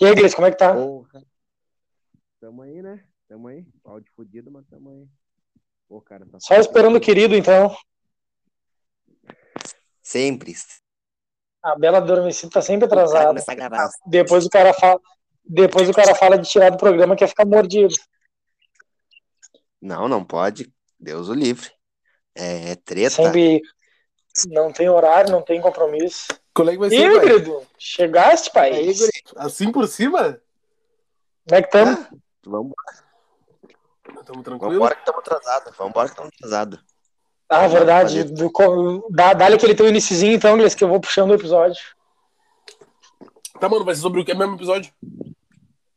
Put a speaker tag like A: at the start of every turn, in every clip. A: E aí, Gleice, como é que tá?
B: Porra. Tamo aí, né? Tamo aí. Pau de fudido, mas tamo aí. Pô, cara, tá
A: Só esperando o querido, então.
C: Sempre.
A: A Bela Adormecida tá sempre
C: Pra
A: atrasada.
C: começar a gravar.
A: Depois o cara fala, depois o cara fala de tirar do programa que é ficar mordido.
C: Não, não pode. Deus o livre. É treta.
A: Sempre não tem horário, não tem compromisso.
D: Como é que vai
A: E
D: ser,
A: aí,
D: velho?
A: querido? Chegaste, pai?
D: Aí, guri. Assim por cima?
A: Como é que estamos?
C: Vamos
D: Tamo tranquilo?
C: embora que estamos atrasados. Vamos embora que estamos atrasados.
A: Ah, verdade.
C: Valeu.
A: Do co- dá- Dá-lhe aquele teu iniciozinho, então, Gleice, que eu vou puxando o episódio.
D: Tá, mano, vai ser sobre o que é mesmo episódio?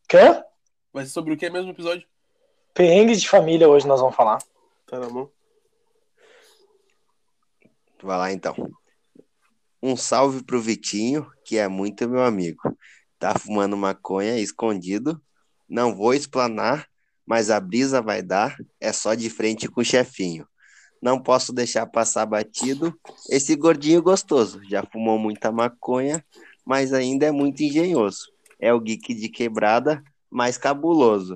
A: Quê?
D: Vai ser sobre o que é mesmo episódio?
A: Perrengues de família hoje nós vamos falar.
D: Tá na mão.
C: Vai lá então. Um salve pro Vitinho, que é muito meu amigo. Tá fumando maconha escondido. Não vou explanar, mas a brisa vai dar. É só de frente com o chefinho. Não posso deixar passar batido esse gordinho gostoso. Já fumou muita maconha, mas ainda é muito engenhoso. É o geek de quebrada, mais cabuloso.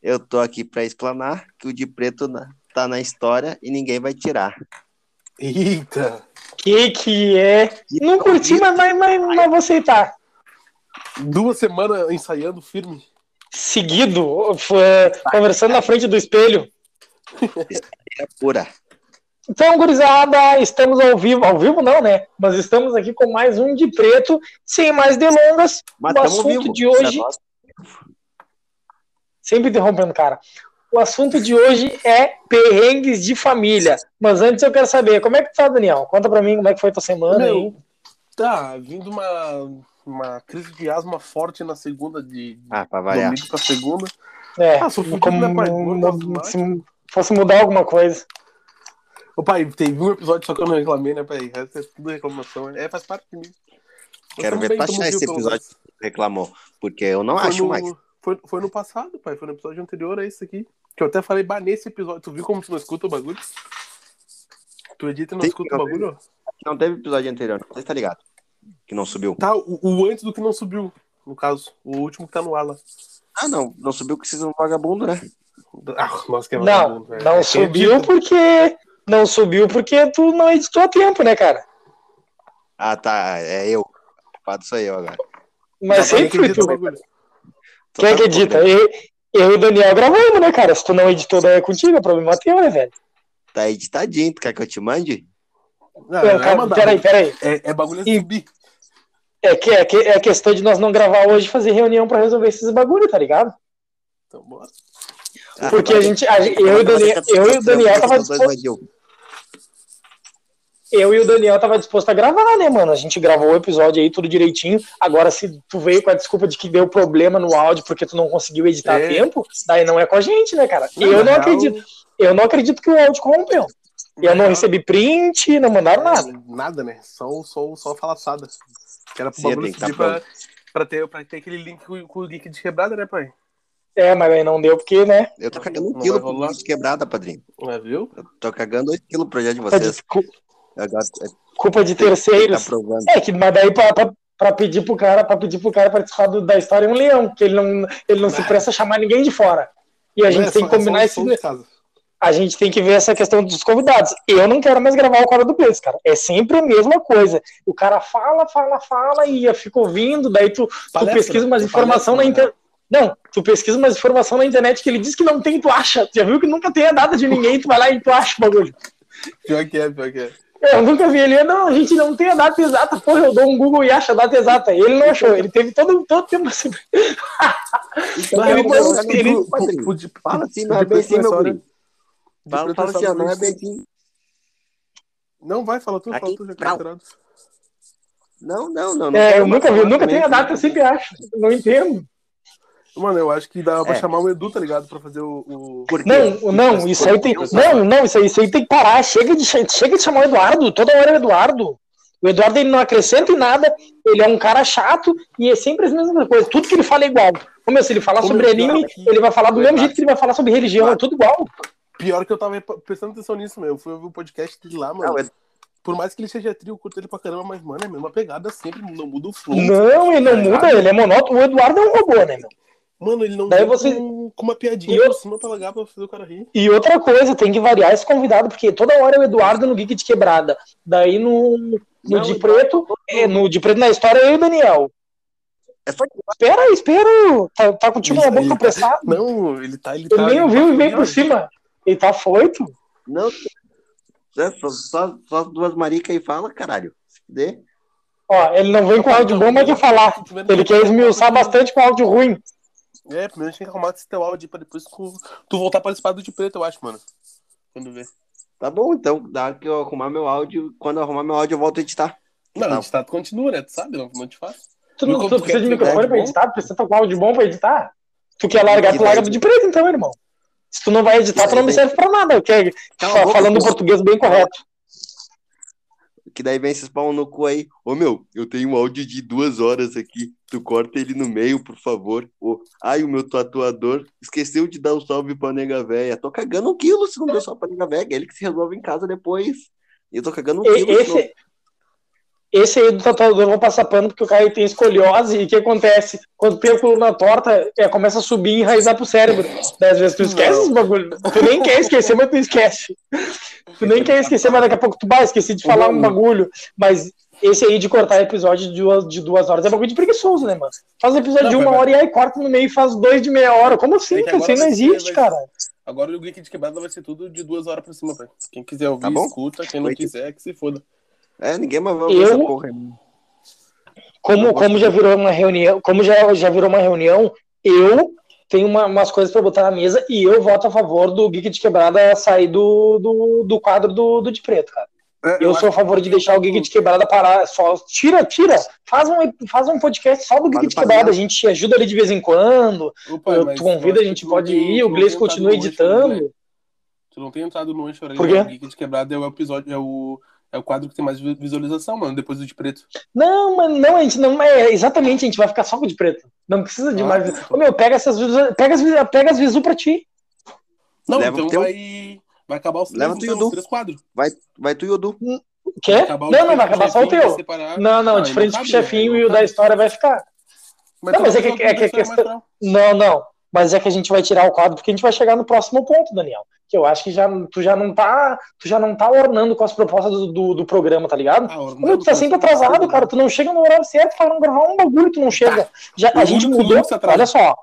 C: Eu tô aqui pra explanar que o de preto na- tá na história e ninguém vai tirar.
D: Eita!
A: Que que é? Não curti, mas, mas, mas, mas tá vou aceitar.
D: Duas semanas ensaiando firme.
A: Seguido, foi- conversando na frente do espelho.
C: Pura.
A: Então, gurizada, estamos ao vivo. Ao vivo não, né? Mas estamos aqui com mais um de preto, sem mais delongas.
C: Mas
A: O
C: tamo
A: assunto
C: vivo.
A: de hoje-
C: É nosso.
A: Sempre interrompendo, cara. O assunto de hoje é perrengues de família. Mas antes eu quero saber, como é que tá, Daniel? Conta pra mim como é que foi tua semana aí.
D: Meu, tá vindo uma, uma crise de asma forte na segunda de
C: Ah, pra variar.
D: domingo pra segunda.
A: É,
D: Ah, sou fudido,
A: como
D: né, pai? Não gosto
A: mu- se fosse mudar alguma coisa.
D: Ô pai, teve um episódio só que eu não reclamei, né, pai? O resto é tudo reclamação. É, faz parte de mim.
C: Quero
D: Estamos
C: ver
D: bem,
C: tu
D: tamo
C: achar
D: vivo,
C: esse
D: pelo
C: episódio
D: menos.
C: que tu reclamou. Porque eu não
D: Foi
C: acho
D: no-
C: mais.
D: Foi, foi no passado, pai. Foi no episódio anterior a esse aqui. Que eu até falei, bah, nesse episódio. Tu viu como tu não escuta o bagulho? Tu edita e não
C: Sim,
D: escuta o
C: eu
D: bagulho?
C: Não teve episódio anterior, não. Você tá ligado? Que não subiu.
D: Tá, o, o antes do que não subiu, no caso. O último que tá no ar lá.
C: Ah, não. Não subiu porque vocês são vagabundo, né?
D: Ah, nossa, que
A: não,
D: vagabundo, velho.
A: não
D: É,
A: subiu
D: edita.
A: porque. Não subiu porque tu não editou a tempo, né, cara?
C: Ah, tá. É eu. O culpado sou eu agora.
D: Dá
A: Mas
D: pra ver
A: sempre foi
D: edita
A: tu.
D: o bagulho.
C: Tô
A: Quem
C: tão
A: acredita?
C: contente.
A: Eu, eu e o Daniel gravamos, né, cara? Se tu não editou, daí é contigo, é problema teu, né, velho?
C: Tá editadinho. Tu quer que eu te mande?
D: Não,
A: Não,
D: não é
A: cara,
D: mandar.
A: peraí, peraí.
D: É, é bagulho
A: E-
D: é subir.
A: É, que, é, que, é questão de nós não gravar hoje e fazer reunião pra resolver esses bagulho, tá ligado?
D: Então, bora.
C: Ah,
A: Porque
C: vai.
A: a gente. a gente- eu, e o Daniel, eu e o Daniel tava
C: tá Vocês dois
A: disposto.
C: vadios.
A: eu e o Daniel tava disposto a gravar, né, mano? A gente gravou o episódio aí tudo direitinho. Agora, se tu veio com a desculpa de que deu problema no áudio porque tu não conseguiu editar
D: É.
A: a tempo, daí não é com a gente, né, cara? E eu
D: Na
A: não
D: real,
A: acredito. Eu não acredito que o áudio corrompeu. Eu não
D: na
A: recebi print, não mandaram nada.
D: é Nada, né? Só, só, só falaçada. Que era pro
C: Sim,
D: bagulho
C: tem que tá
D: subir pra, pra, ter, pra ter aquele link com, com o link de quebrada, né, pai?
A: É, mas aí não deu porque, né?
C: Eu tô cagando
D: Não
C: um
D: vai
C: quilo por
D: rolar.
C: vídeo de quebrada, padrinho.
D: É, viu?
C: Tô cagando dois quilos pro projeto de
A: Tá de
C: vocês.
A: cu-
C: Agora é,
A: culpa de
C: tá
A: terceiros.
C: provando.
A: É, que, mas daí pra, pra- pra pedir pro cara, para pedir pro cara participar do- da história é um leão, que ele não, ele não se presta a chamar ninguém de fora. E a gente
D: Né. É,
A: tem
D: só-
A: que combinar
D: só-
A: esse.
D: só os casos.
A: a gente tem que ver essa questão dos convidados. Eu não quero mais gravar o Cora do Peso, cara. É sempre a mesma coisa. O cara fala, fala, fala e eu fico ouvindo, daí tu, tu
D: Palestra,
A: pesquisa umas
D: é
A: informação na
D: palestra, né?
A: internet. Não, tu pesquisa umas informação na internet que ele diz que não tem, tu acha. Tu já viu que nunca tem nada de ninguém, tu vai lá e tu acha o bagulho.
D: Pior que é, pior que é.
A: Eu nunca vi ele, não, a gente não tem a data exata. Porra, eu dou um Google e acho a data exata. Ele não achou, ele teve todo, todo tempo assim.
C: Não,
A: ele
C: Então, eu-
A: foi-
C: eu-
A: ele-
C: eu- padrinho, Fala assim, não é bem assim, meu
A: né?
C: guri. Fala fala assim, ó, não é bem assim.
D: Não, vai, fala tu,
C: Aqui,
D: fala tu, já que
C: brau.
D: é tirado.
C: Não, não, não. não
A: É,
C: quero
A: eu nunca
C: mais
A: vi, eu
C: falar
A: nunca
C: também.
A: tenho a data, eu sempre acho. Não entendo.
D: Mano, eu acho que dá pra
C: É.
D: chamar o Edu, tá ligado? Pra fazer o. o...
C: Por quê?
A: Não, não, isso aí tem. Não, não, isso aí, isso aí tem que parar. Chega de, che- chega de chamar o Eduardo. Toda hora é o Eduardo. O Eduardo ele não acrescenta em nada. Ele é um cara chato e é sempre as mesmas coisas. Tudo que ele fala é igual. Como eu, se ele falar
D: Como
A: sobre
D: eu falo
A: anime, ele vai falar do mesmo
D: Verdade.
A: jeito que ele vai falar sobre religião. É tudo igual.
D: Pior que eu tava prestando atenção nisso, meu. Eu fui ouvir o podcast dele lá, mano.
C: Não, é-
D: Por mais que ele seja trio, eu curto ele pra caramba, mas, mano, é a mesma pegada sempre, não muda o flow.
A: Não, ele não muda, ele é monótono. O Eduardo é um robô, né, meu?
D: Mano, ele não
A: Daí
D: vem
A: você-
D: com, com uma piadinha
A: E eu-
D: por cima pra lagar pra fazer o cara rir.
A: E outra coisa, tem que variar esse convidado, porque toda hora é o Eduardo no Geek de Quebrada. Daí no, no
C: Não,
A: de
C: Eduardo,
A: Preto, é, no de Preto na história, eu e o Daniel.
C: É só que
A: Espera aí, espera aí. Tá, tá contigo na
D: Isso
A: boca
D: aí.
A: apressado.
D: Não, ele tá. Ele,
A: Ele
D: tá,
A: nem
D: ele
A: ouviu
D: tá
A: e veio por
D: feliz.
A: cima. Ele tá foito.
C: não. É, só, só, só duas maricas aí fala, caralho. Se fuder.
A: Ó, ele não vem com áudio bom, mas eu falar. Ele quer esmiuçar bastante com áudio ruim.
D: É, primeiro a gente tem que arrumar esse teu áudio pra depois tu, tu voltar pra espada de preto, eu acho, mano. Quando vê.
C: Tá bom, então dá que eu arrumar meu áudio. Quando eu arrumar meu áudio, eu volto a editar.
D: Não,
C: Tá.
D: o ditado continua, né? Tu sabe, não, não te faço.
A: Tu,
D: Viu
A: não,
D: como
A: tu
D: tu
A: precisa
D: quer
A: de
D: que
A: microfone
D: áudio
A: pra
D: bom?
A: editar? Tu precisa estar com áudio bom pra editar? Tu quer largar, tu
C: E
A: larga
C: daí?
A: do de preto então, irmão. Se tu não vai editar, tu não me serve pra nada. Eu quero
C: Cala a
A: fa-
C: boca,
A: falando
C: pô.
A: português bem correto.
C: Que daí vem esses pau no cu aí. Ô meu, eu tenho um áudio de duas horas aqui. Tu corta ele no meio, por favor. Ô, ai, o meu tatuador esqueceu de dar o salve pra nega véia. Tô cagando um quilo se não deu salve pra nega véia. É Ele que se resolve em casa depois. E eu tô cagando um
A: E-
C: quilo. se não-
A: esse, esse aí do tatuador eu vou passar pano porque o cara tem escoliose. E o que acontece? Quando tem a coluna torta, é, começa a subir e enraizar pro cérebro. Dez vezes tu esquece
D: Não.
A: esse bagulho. Tu nem quer esquecer, mas tu esquece. Tu nem quer esquecer, mas daqui a pouco tu vai. Esqueci de falar um bagulho. Mas esse aí de cortar episódio de duas, de duas horas é bagulho de preguiçoso, né, mano? Faz episódio
D: Não,
A: de
D: vai,
A: uma
D: vai.
A: hora e aí corta no meio e faz dois de meia hora. Como assim?
D: É que
A: cara? Isso
D: agora
A: aí não
D: vai ser-
A: existe,
D: vai-
A: cara.
D: Agora o Geek de Quebrada vai ser tudo de duas horas pra cima, velho. Quem quiser ouvir,
C: Tá bom?
D: escuta. Quem não
C: Oito.
D: quiser, que se foda.
C: É, ninguém mais vai
A: Eu-
C: ouvir essa porra aí.
A: Como, como já virou uma reunião, como já, já virou uma reunião, eu tenho uma- umas coisas para botar na mesa e eu voto a favor do Geek de Quebrada sair do, do, do quadro do, do de preto, cara. Eu, sou a favor de deixar o Geek de Quebrada parar. Só, tira, tira. Faz um, faz um podcast só do Geek
C: Faz
A: de
C: um
A: Quebrada. A
C: painel.
A: gente ajuda ele de vez em quando.
D: Opa,
A: eu-
D: mas
A: tu
D: eu acho
A: convida, a
D: que
A: gente
D: tu não
A: pode
D: tem-
A: ir.
D: tu
A: O
D: não
A: Gleice
D: tem entrado
A: continua
D: no eixo ainda, né?
A: editando.
D: Tu não tem entrado no eixo ainda.
A: Por quê?
D: O Geek de Quebrada é o episódio, é o, é o quadro que tem mais vi- visualização, mano, depois do de preto.
A: Não, mano, não, a gente não. É, exatamente, a gente vai ficar só com o de preto. Não precisa de
D: Ah,
A: mais.
D: tá.
A: Ô, meu, pega essas visu- pega as, visu- pega as visu pra ti.
D: Não,
C: Leva
D: então
C: o teu-
D: vai. Vai acabar os três,
C: Leva o teu
D: então,
C: Edu.
D: os três quadros.
C: Vai tu e o Du.
A: Quê?
D: Vai acabar o
A: Não, não,
D: de
A: vai
D: frente
A: acabar
D: pro
A: só o
D: chefinho, vai
A: teu.
D: separar.
A: Não, não,
D: Ah,
A: de
D: ele
A: frente
D: não
A: pro
D: cabe,
A: chefinho
D: né?
A: e o da história vai ficar. Não,
D: tu
A: mas é que-
D: sabe
A: é que a
D: isso mais
A: questão-
D: pra-
A: Não, não. Mas é que a gente vai tirar o quadro porque a gente vai chegar no próximo ponto, Daniel. Que eu acho que já, tu já não tá, tu já não tá ornando com as propostas do, do, do programa, tá ligado?
D: Ah, Orlando,
A: Meu, tu tá sempre
D: cara,
A: atrasado, cara. Tu não chega no horário certo pra não gravar um bagulho, tu não chega. Já,
D: Tá. O
A: a gente
D: único
A: mudou.
D: que se atrasa.
A: Olha só.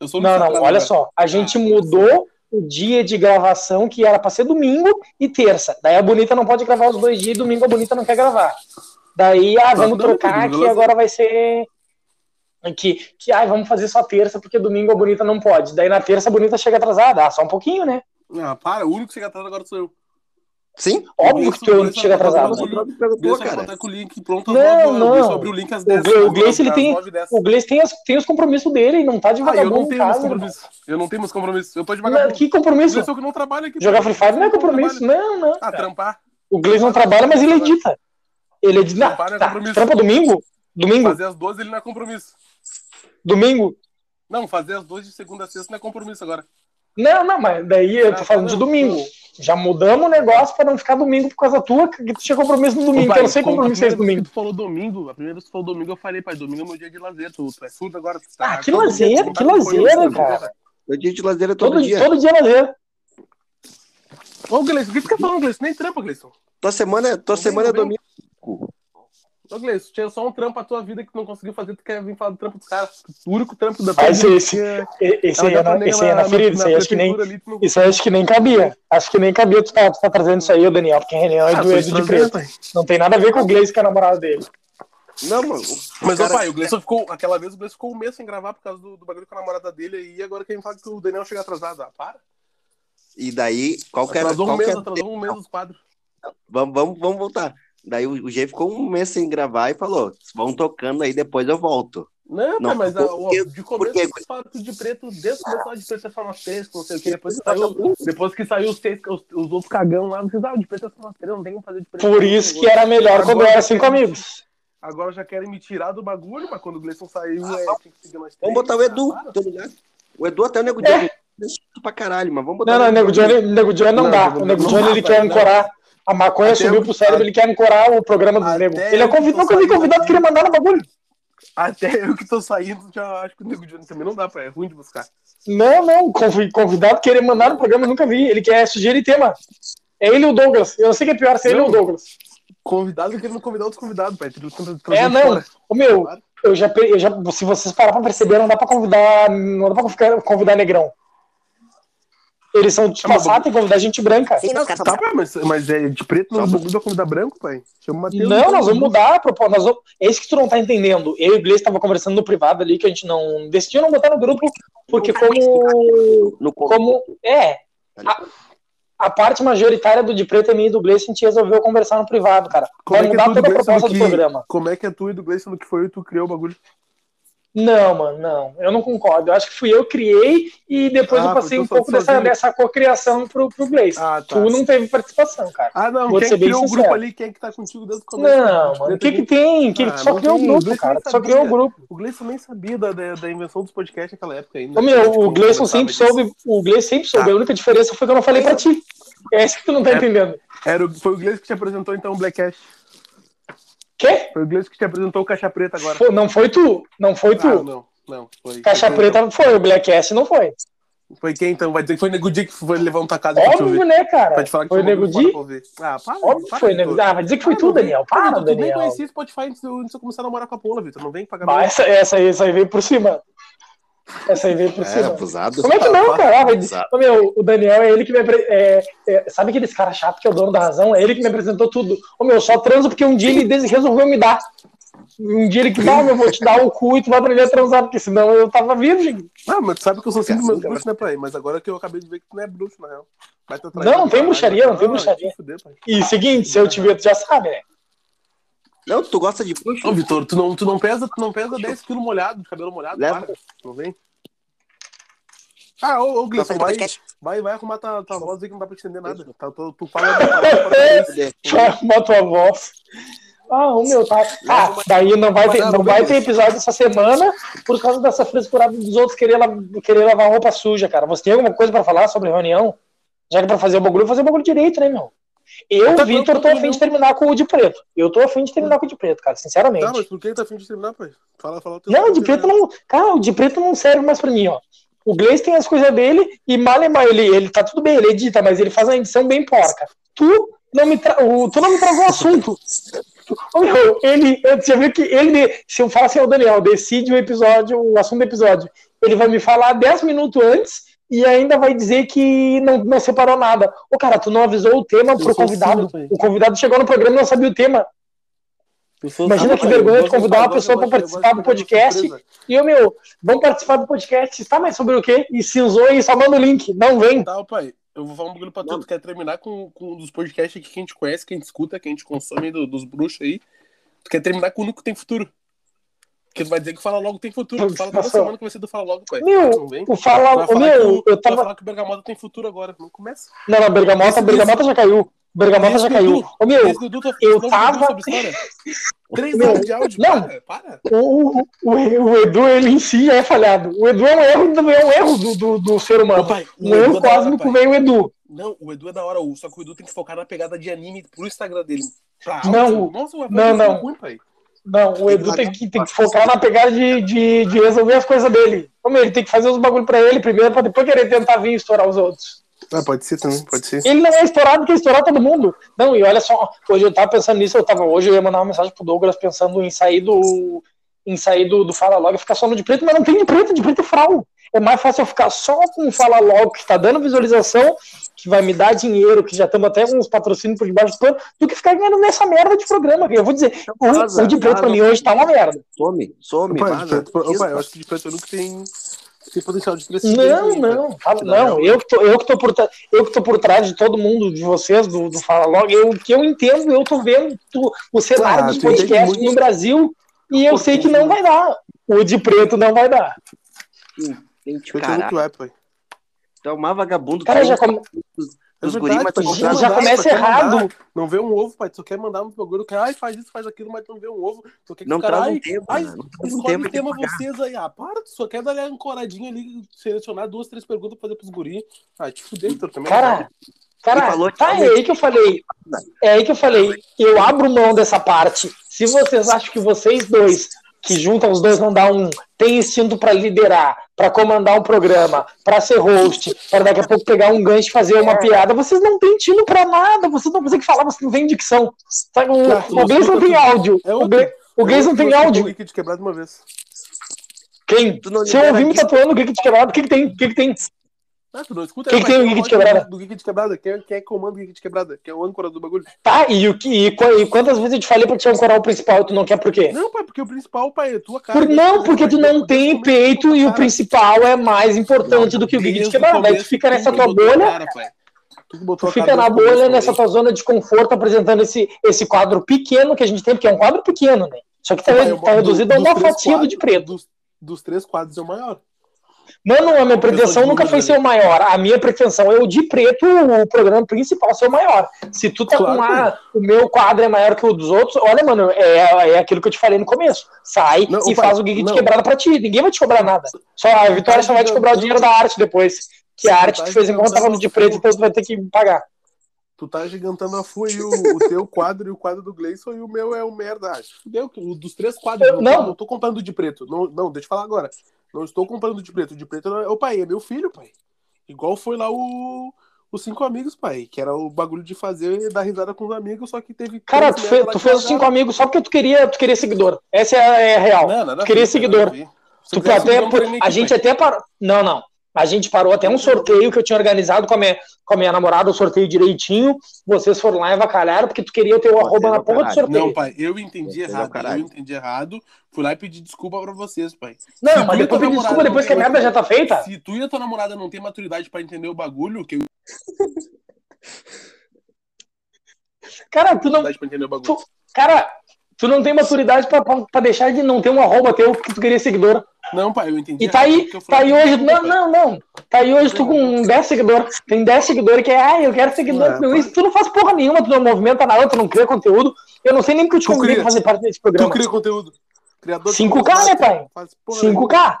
D: Eu sou o
A: Não,
D: único que
A: não,
D: atrasa,
A: olha
D: cara.
A: só. A gente
D: Ah,
A: mudou o dia de gravação que era pra ser domingo e terça. Daí a Bonita não pode gravar os dois dias e domingo a Bonita não quer gravar. Daí, ah,
D: Tá
A: vamos
D: dando
A: trocar
D: domingo,
A: aqui,
D: ela-
A: agora vai ser. Que, que ai, vamos fazer só terça, porque domingo a Bonita não pode. Daí na terça a Bonita chega atrasada. Ah, só um pouquinho, né?
D: Ah, para, o único que chega atrasado agora sou eu.
C: Sim?
A: Óbvio que tu
D: Isso,
A: chega
D: isso,
A: atrasado.
D: isso,
A: né?
D: O Gleice vai
C: cara.
D: contar com o link pronto às
A: Não,
D: 9 horas. O Gleice
A: não.
D: abriu o link às
A: O Gle-
D: 10.
A: o Gleice, ele tem- O Gleice tem, as- tem os compromissos dele, não tá de
D: Ah, eu
A: vagabundo.
D: não tenho
A: em
D: meus
A: casa, irmão.
D: compromissos. Eu não tenho meus compromissos. Eu tô de
A: Não,
D: vagabundo.
A: que
D: O
A: compromisso?
D: Gleice é o que não trabalha aqui.
A: Jogar
D: cara.
A: Free Fire não é compromisso. Não, não.
D: Ah, trampar.
A: O Gleison não trabalha, mas ele edita. Ele edita. Não,
D: Trabalha é
A: tá,
D: compromisso.
A: trampa domingo? Domingo?
D: Fazer as 12 ele não é compromisso.
A: Domingo?
D: Não, fazer as 12 de segunda a sexta não é compromisso agora.
A: Não, não, mas daí eu tô
D: Ah,
A: falando de
D: não.
A: domingo. Já mudamos o negócio pra não ficar domingo por causa tua, que tu tinha compromisso no domingo, que eu não sei
D: como
A: compromisso é esse domingo.
D: Tu falou domingo, a primeira vez que tu falou domingo, eu falei, pai, domingo é meu dia de lazer, tu, tu é surdo agora. tu
A: Ah, que lazer,
D: tu
A: que
D: com
A: lazer,
D: coisa,
A: cara.
C: Meu dia de lazer é todo,
A: Todo,
C: dia.
A: todo dia lazer.
D: Ô, Gleison, o que tu quer falar, Gleison? Nem trampa, Gleison.
C: Tua semana, tua
D: Domingo,
C: semana é
D: domingo.
C: domingo.
D: Ô, Gleison, tinha só um trampo a tua vida que tu não conseguiu fazer, tu quer vir falar do trampo dos caras. O único trampo da tua
A: Ah, esse,
D: vida
A: esse,
D: é-
A: e- esse, aí é na, esse aí é na ferida, isso aí acho que nem.
D: prefeitura ali, tu não-
A: Isso aí acho que nem cabia. Acho que nem cabia tu tá, tu tá trazendo isso aí, ô Daniel, porque Renan é
D: Ah,
A: do
D: sou
A: Edu de
D: estrangeiro,
A: preto.
D: pai.
A: Não tem nada a ver com o Gleice, que é namorado dele.
C: Não, mano.
D: Mas, ô
C: cara-
D: pai, o Gleison ficou. Aquela vez o Gleison ficou um mês sem gravar por causa do, do bagulho com a namorada dele aí, e agora quem fala que o Daniel chega atrasado. Ah, para.
C: E daí, qualquer.
D: Atrasou um mês,
C: qualquer...
D: atrasou um mês os quadros.
C: Vamos, vamos, vamos voltar. Daí o o G ficou um mês sem gravar e falou: vão tocando aí, depois eu volto.
D: Não,
C: Não,
D: pai, mas a- o-
C: porque-
D: de começo
C: porque-
D: os fatos de preto, desde o começo de preto é só nós três, não sei o que. Depois que saiu, depois que saiu os, seis, os, os outros cagão lá, vocês ah, o de preto é só nós três, não tem como fazer de preto. né,
A: Por isso que era melhor quando eu era cinco amigos.
D: Agora já querem me tirar do bagulho, mas quando o Gleison saiu, é, tem que seguir nós três.
C: Ah, Vamos botar o Edu,
D: Ah, para.
C: tá ligado? O Edu até o nego
A: É.
C: Johnny. É. Pra caralho, mas vamos botar
A: Não, não, o
C: o
A: Nego Johnny, o Nego Johnny não,
D: Não,
A: dá.
D: não,
A: O Nego
D: não
A: Johnny
D: dá,
A: ele
D: pai,
A: quer
D: não.
A: ancorar. A maconha
D: Até
A: subiu
D: eu-
A: pro cérebro, ele quer ancorar o programa dos
D: Até
A: negros.
D: eu
A: Ele é convidado,
D: tô
A: nunca vi
D: saindo
A: convidado,
D: aqui.
A: queria mandar no bagulho.
D: Até eu que tô saindo, já acho que o Nego Johnny também não dá pra, é ruim de buscar.
A: Não, não, convi- convidado querer mandar no programa, eu nunca vi. Ele quer sugerir tema. É ele ou o Douglas. Eu não sei quem é pior, se é ele
D: Não.
A: ou o Douglas.
D: Convidado querendo convidar outros convidados, pai. Tudo- tudo- tudo-
A: É,
D: tudo
A: não.
D: fora.
A: Ô, meu, eu já, pe- eu já, se vocês parar pra perceber, não dá pra convidar, não dá pra ficar- convidar negrão. Eles são de
D: É, mas-
A: passado e convidar gente branca.
E: Sim, não, cara,
D: Tá, pai, mas, mas é de preto não bagulho vai convidar branco, pai. Chama o Matheus.
A: Não,
D: então.
A: nós vamos mudar a proposta. Nós vamos... É isso que tu não tá entendendo. Eu e o Gleice tava conversando no privado ali que a gente não decidiu não botar no grupo, porque como.
C: No
A: como é, a parte majoritária do de preto é minha e do Gleice, a gente resolveu conversar no privado, cara.
D: Como
A: Vai
D: é que é
A: mudar
D: tu e do
A: toda a
D: Gleison
A: proposta do
D: que-
A: programa.
D: Como é que é tu e do Gleison no que foi eu e tu criou o bagulho?
A: Não, mano, não. Eu não concordo. Eu acho que fui eu que criei e depois
D: Ah,
A: eu passei
D: porque eu
A: um
D: sou
A: pouco dessa,
D: sozinho.
A: dessa cocriação pro, pro Gleice.
D: Ah, tá.
A: Tu não teve participação, cara.
D: Ah, não,
A: Vou
D: quem
A: ser
D: é que
A: bem
D: criou o
A: sincero.
D: grupo ali? Quem é que tá contigo desde o começo?
A: Não,
D: Gente,
A: mano. O
D: preto
A: que,
D: ali.
A: que tem? Que
D: Ah,
A: tu só
D: não
A: criou o
D: tem.
A: grupo,
D: Gleison
A: cara.
D: nem né?
A: Tu só criou o
D: sabia.
A: grupo.
D: O Gleison nem sabia da, da, da invenção dos podcasts naquela época ainda. Tipo,
A: Ô, meu, o Gleison sempre soube, o Gleison sempre soube.
D: Tá.
A: A única diferença foi que eu não falei pra ti. É isso que tu não tá
D: É.
A: entendendo.
D: Era, o- foi o Gleison que te apresentou então o Black Cash.
A: Quê?
D: Foi o Gleison que te apresentou o Caixa Preta agora.
A: Pô, não foi tu. Não foi
D: Ah,
A: tu.
D: não, não. Foi,
A: Caixa
D: foi-
A: Preta não foi, o Black S não foi.
D: Foi quem então? Vai dizer que foi o Nego Di que foi levar um tacado pra te
A: Óbvio,
D: ouvir.
A: né, cara?
D: Pra te falar que
A: foi o
D: foi
A: Nego
D: fora
A: Di?
D: pra ouvir. Ah, para.
A: Óbvio que
D: para,
A: foi o
D: Vitor.
A: Nego Di. Ah, vai dizer que foi
D: Ah,
A: tu,
D: não vem.
A: Daniel.
D: Ah,
A: Para,
D: Vitor, Tu nem
A: Daniel.
D: conhecia o Spotify antes de eu antes de eu começar a namorar com a Paula, Vitor. Não vem pagar
A: Bah,
D: nada.
A: essa, essa aí, essa aí veio por cima. Essa aí veio por
C: É,
A: cima.
C: abusado.
A: Como é
D: tá
A: que não, cara? Ah, vai dizer-
C: Exato.
A: Ô, meu, o Daniel é ele que me apresentou. sabe aqueles cara chato que é o dono da razão? É ele que me apresentou tudo. Ô, meu, só transo porque um dia ele des- resolveu me dar. Um dia ele que dá, meu, vou te dar o cu e tu vai aprender a transar, porque senão eu tava virgem.
D: Ah, mas tu sabe que eu sou sempre
C: Cara,
D: meu
C: cara.
D: bruxo, né, pai? Mas agora que eu acabei de ver que tu não é bruxo, na real. Vai te
A: Não, não tem bruxaria, não tem bruxaria.
D: Fuder, pai.
A: E seguinte, se eu te ver, tu já sabe, né?
C: Não, tu gosta de puxo?
D: Ô, Vitor, tu não, tu não pesa, tu não pesa 10 quilos molhado, de cabelo molhado,
C: Leva.
D: para. Não vem? Ah, ô, ô
E: não
D: Gleison,
E: faz
D: vai,
E: podcast.
D: vai, vai arrumar tua, tua voz aí que não dá pra entender nada. Tá, tu, tu fala tu fala- fala-
A: Chama a tua voz. Ah, o meu, tá. Ah, daí Uhum. não vai ter, não vai ter episódio essa semana por causa dessa frescurada dos outros querer, la- querer lavar roupa suja, cara. Você tem alguma coisa pra falar sobre reunião? Já que pra fazer o bagulho, fazer o bagulho direito, né, meu? Eu,
D: Tá,
A: Vitor,
D: não,
A: tô
D: não,
A: afim de terminar com o de preto. Eu tô afim de terminar com o de preto, cara,
D: Tá,
A: sinceramente.
D: mas por que tá afim de terminar, pai? Fala, fala o teu- né?
A: Não, o de preto não. Cara, o de preto não serve mais pra mim, ó. O Gleice tem as coisas dele e Malemar, ele, ele tá tudo bem, ele edita, mas ele faz uma edição bem porca. Tu não me, tra... o- tu não me traz o assunto. Ô, meu, ele, eu- você viu que ele, se eu falar assim, o Daniel, decide o episódio, o assunto do episódio, ele vai me falar 10 minutos antes e ainda vai dizer que não, não separou nada. Ô, cara, tu não avisou o tema pro
D: sou
A: convidado.
D: surdo, pai.
A: O convidado chegou no programa e não sabia o tema.
D: Eu sou-
A: Imagina
D: Ah,
A: que
D: pai,
A: vergonha
D: eu
A: de
D: gosto
A: convidar uma
D: falar, eu
A: pessoa
D: gosto-
A: pra
D: eu gosto
A: participar do
D: de fazer
A: podcast.
D: surpresa.
A: E eu, meu, vamos participar do podcast, tá? Mas sobre o quê? E cinzou e só manda o link. Não vem.
D: Tá, pai. Eu vou falar um bagulho pra tu.
C: Não.
D: Tu quer terminar com, com um dos podcasts aqui que a gente conhece, que a gente escuta, que a gente consome do- dos bruxos aí. Tu quer terminar com o Nuco Tem Futuro. Porque tu vai dizer que fala logo tem futuro. Tu fala toda
A: Nossa.
D: semana que vai ser do Fala Logo, pai.
A: Meu,
D: Não vem.
A: O
D: Tu
A: fala,
D: vai
A: o
D: falar que
A: meu,
D: o-
A: eu
D: tu vai
A: tava.
D: falar que o Bergamota tem futuro agora. Não começa.
A: Não, não, Bergamota,
D: Esse-
A: Bergamota já caiu. Bergamota
D: esse
A: já caiu.
D: Dudu-
A: Ô, meu,
D: Esse Dudu tá
A: eu
D: falando
A: tava-
D: sobre história. Três
A: Meu,
D: horas de áudio.
A: não.
D: Para, para.
A: o, o, o Edu, ele em si já é falhado. O Edu é um erro, do- é um erro do, do, do ser
D: Ô,
A: humano.
D: pai,
A: Um
D: Edu
A: erro
D: é da hora,
A: cósmico
D: pai.
A: veio o Edu.
D: Não, o Edu é da hora, o- só que o Edu tem que focar na pegada de anime pro Instagram dele. Pra
A: Não,
D: áudio. Nossa, o
A: não,
D: Edu é
A: não.
D: ruim, pai.
A: Não, o Edu tem que, tem que focar na pegada de, de, de resolver as coisas dele. Ô, meu, ele tem que fazer os bagulho pra ele primeiro, pra depois querer tentar vir estourar os outros.
D: Ah, pode ser também, pode ser.
A: Ele não é estourado porque estourar todo mundo. Não, e olha só, hoje eu tava pensando nisso, eu tava, hoje eu ia mandar uma mensagem pro Douglas pensando em sair do. em sair do, do Fala Logo e ficar só no de preto, mas não tem de preto, de preto é frau. É mais fácil eu ficar só com o Fala Logo, que tá dando visualização, que vai me dar dinheiro, que já estamos até com uns patrocínios por debaixo do pano, do que ficar ganhando nessa merda de programa. Eu vou dizer, o, o de preto pra mim hoje tá uma merda.
C: Some, some,
D: Opa,
C: vaza.
D: de preto-
C: Isso,
D: opa, eu acho que de preto nunca tem, tem potencial de crescimento.
A: Não,
D: né, cara?
A: não, fala- não. Eu que, tô, eu, que tô por, tra- eu que tô por trás de todo mundo, de vocês, do, do Fala Logo. Eu, que eu entendo, eu tô vendo tu- o cenário
D: Ah,
A: dos
D: tu entende
A: podcasts
D: muito. assim,
A: no Brasil e eu sei que não vai dar. O de preto não vai dar.
C: Gente,
D: Preto nunca
C: caralho.
D: vai, pai.
C: Tomar vagabundo.
A: Cara,
C: tem
A: já, come-
D: É
C: Os
D: verdade,
C: guris, mas
D: pai,
C: tu
D: tu
A: já,
D: quer
A: já
D: mandar, tu
A: começa
D: quer mandar.
A: errado.
D: Não vê um ovo, pai. Tu quer mandar um bagulho. que, Ai, faz isso, faz aquilo, mas tu não vê um ovo. Tu quer que
C: Não
D: o cara,
C: traz
D: ai,
C: um tempo,
D: ai,
C: mano. Não traz um
D: Escolhe
C: tempo
D: o
C: de
D: tema vocês aí. Ah, para, tu só quer dar uma ancoradinha ali, selecionar duas, três perguntas pra fazer pros guri. Ah, te fudei, Vitor, também.
A: Cara, Cara,
C: E falou que
A: tá, é aí que eu falei. É aí que eu falei. Eu abro mão dessa parte. Se vocês acham que vocês dois, que juntam os dois não dá um, tem instinto pra liderar, pra comandar um programa, pra ser host, pra daqui a pouco pegar um gancho e fazer uma
C: É.
A: piada, vocês não têm tino pra nada. Vocês não conseguem falar, vocês não têm dicção. Sabe, o, o Gleis não tem áudio.
D: É tipo
A: O Gleis- o Gleis não tem
D: O
A: áudio.
D: Wicked quebrado uma vez.
A: Quem?
C: Tu não é
A: Se eu
C: libera
A: ouvir me
C: aqui.
A: tatuando, o que que te quebrado? O que que tem? O que que tem?
D: Ah, tu não escuta?
A: Quem
D: né?
A: que tem o
D: Mas
A: Wicked
D: quem é
A: quebrada?
D: Do Wicked quebrada? Quem, é- quem é que comanda o Wicked quebrada? Quem é o âncora do bagulho?
A: Tá, e, o que, e, qua- e quantas vezes eu te falei pra te ancorar o principal e tu não quer por quê?
D: Não, pai, porque o principal, pai, é tua cara.
A: Por, não, porque tu não tem peito e o principal é mais importante do que o Gig de quebrada. Daí tu fica
D: um
A: nessa tua bolha, tu fica na bolha,
D: um
A: nessa tua zona de conforto, apresentando esse, esse quadro pequeno que a gente tem, porque é um quadro pequeno, né? Só que tá, tá reduzido a uma fatia do de preto.
D: Dos, dos três quadros é o maior.
A: Mano, a minha
D: sou
A: pretensão
D: de
A: nunca foi
D: número,
A: ser o maior. A minha pretensão é o de preto, o programa principal ser o maior. Se tu tá
D: É, Claro
A: com
D: que
A: a, o meu quadro é maior que o dos outros, olha, mano, é, é aquilo que eu te falei no começo. Sai
D: Não,
A: e
D: pai,
A: faz o gig
D: não.
A: de quebrada pra ti. Ninguém vai te cobrar nada. Só a Vitória só vai te cobrar o dinheiro da arte depois. Que a arte que tu fez enquanto tava no de preto, então tu vai ter que pagar.
D: Tu tá gigantando a fui o, o teu quadro e o quadro do Gleison e o meu é o merda. Ah, Fudeu, que o dos três quadros.
A: Eu-
D: não,
A: não.
D: não tô comprando o de preto. Não, não, deixa eu falar agora. Não estou comprando o de preto. O de preto não é. Ô, pai, é meu filho, pai. Igual foi lá o. Os cinco amigos, pai, que era o bagulho de fazer e dar risada com os amigos, só que teve.
A: Cara, tu
D: três
A: fez,
D: merda lá
A: tu
D: que
A: fez os
D: largaram.
A: cinco amigos só porque tu queria, tu queria seguidor. Essa é a, é a real.
D: Não, nada a
A: Tu queria
D: ver,
A: seguidor.
D: nada a ver. Se um eu
A: Tu
D: quisesse
A: até,
D: seguidor, eu não teria
A: a
D: nem
A: gente
D: aqui,
A: até parou. Não, não. A gente parou até um sorteio que eu tinha organizado com a minha, com a minha namorada, o sorteio direitinho. Vocês foram lá e avacalharam porque tu queria o teu
C: Vocês
A: arroba na porra do
C: avacalharam.
D: pai. Não,
A: sorteio.
D: pai, eu entendi
C: Vocês é o
D: errado. Eu
C: caralho.
D: entendi errado. Fui lá e pedi desculpa pra vocês, pai.
A: Não,
D: Se tu
A: mas
D: e
A: depois
D: tua
A: pedi
D: namorada
A: desculpa,
D: não
A: depois que a
D: têm
A: merda já tá feita.
D: Se tu e a tua namorada não tem maturidade pra entender o bagulho, que eu
A: Cara, tu não,
D: maturidade pra entender o bagulho.
A: cara, tu não tem maturidade pra, pra, pra deixar de não ter um arroba teu que tu queria seguidor.
D: Não, pai, eu entendi.
A: E tá aí, tá aí hoje. Não, não, não. Tá aí hoje tu com 10 seguidores. Tem 10 seguidores que é, ah, eu quero seguidor.
D: É,
A: meu, isso tu não faz porra nenhuma, tu não movimenta nada, tu não cria conteúdo. Eu não sei nem porque eu te
D: Tu
A: convidei
D: cria.
A: pra fazer parte desse
D: Tu
A: programa.
D: cria conteúdo. Criador de
A: 5K,
D: conteúdo,
A: né, pai?
D: Faz porra nenhuma.
A: 5K.
D: Ah,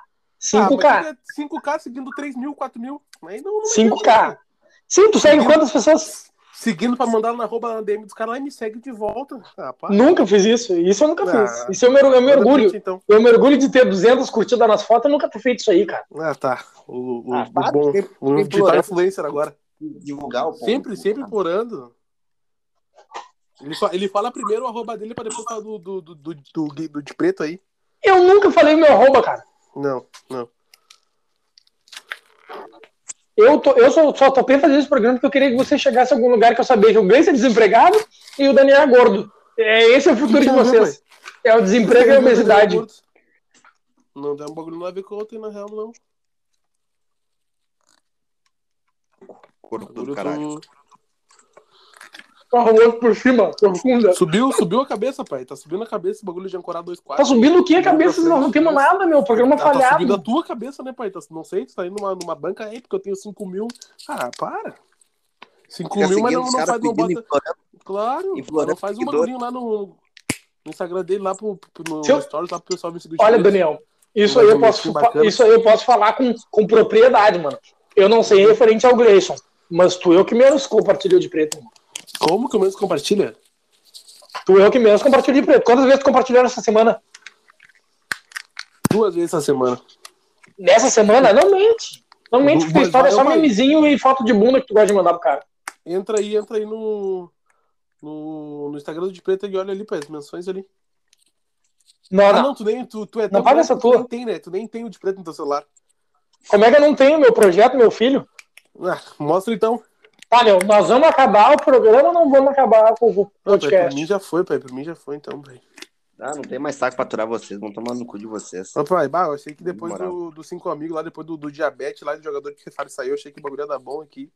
A: 5K.
D: mas tu quer 5K seguindo 3 mil, 4 mil. Aí não, não vai ter,
A: 5K.
D: né?
A: Sim, tu segue quantas pessoas?
D: Seguindo pra mandar na arroba na DM dos caras lá e me segue de volta. Ah, pá.
A: Nunca fiz isso. Isso eu nunca
D: Ah.
A: fiz. Isso eu me, eu me orgulho.
D: Então.
A: Eu me orgulho de ter 200 curtidas nas fotos e nunca ter feito isso aí, cara.
D: Ah, tá. O, o,
C: Ah,
D: o
C: pá,
D: bom.
C: tem-
D: O
C: tem
D: digital
C: plural.
D: influencer agora.
C: Divulgar o ponto.
D: Sempre, sempre implorando. Ele, fa- ele fala primeiro o arroba dele pra depois falar do, do, do, do, do- do de preto aí.
A: Eu nunca falei meu arroba, cara.
D: Não, não.
A: Eu, tô, eu só, só topei fazer esse programa porque eu queria que você chegasse a algum lugar que eu sabia que o Gleice é desempregado e o Daniel é gordo. É, esse é o futuro de
D: Não,
A: vocês. É o
D: um
A: desemprego e a obesidade.
D: Não tem um bagulho nada a ver com o outro, na real, não.
C: Corpo Tá do
D: Bagulho
C: caralho.
D: do-
A: Arrumando por cima, profunda.
D: Subiu, subiu a cabeça, pai. Tá subindo a cabeça esse bagulho de ancorar dois
A: Tá
D: quadros.
A: subindo o que a cabeça? Nós não temos nada, meu. Programa
D: Tá, tá
A: falhado.
D: subindo a tua cabeça, né, pai? Tá, não sei, tu tá indo numa, numa banca aí, porque eu tenho 5 mil. Ah, para. 5
C: Fica
D: mil, mas
C: seguindo
D: não,
C: os
D: não
C: caras
D: faz, não bota.
C: pedindo implorando.
D: Claro,
C: E
D: ela faz um
C: seguidor.
D: bagulhinho lá no, no Instagram dele, lá pro, pro- no
A: Se eu-
D: Stories, lá pro pessoal me seguir.
A: Olha, Daniel,
D: Um
A: isso aí eu posso, fa- isso aí eu posso falar com, com propriedade, mano. Eu não sei referente ao Grayson, mas tu eu que menos compartilhou de preto. mano.
D: Como que o menos compartilha?
A: Tu eu que menos compartilhou de preto. Quantas vezes tu compartilhou nessa semana?
D: Duas vezes essa semana.
A: Nessa semana? Não mente. Não mente que tua
D: Mas
A: história é só
D: vai, vai.
A: memezinho e foto de bunda que tu gosta de mandar pro cara.
D: Entra aí, entra aí no. No, no Instagram do de preta e olha ali, pai, as menções ali.
A: Não,
D: Ah,
A: não.
D: não, tu nem. Tu, tu é
A: Não faz
D: branco
A: essa
D: que
A: tua.
D: Tu nem tem, né? Tu nem tem o de preto no teu celular.
A: Como é que eu não tenho meu projeto, meu filho?
D: Ah, mostra então.
A: Tá, meu, nós vamos acabar o programa ou não vamos acabar com o
D: Não, pai, pra
A: podcast?
D: mim já foi, pai. Pra mim já foi, então, pai.
C: Ah, não tem mais saco pra aturar vocês. Vão tomar no cu de vocês.
D: Ô, pai, Ah, bah, eu achei que depois
C: Moral.
D: do- dos cinco amigos lá, depois do, do diabetes lá, do jogador de refário saiu, eu achei que o bagulho ia dar bom aqui.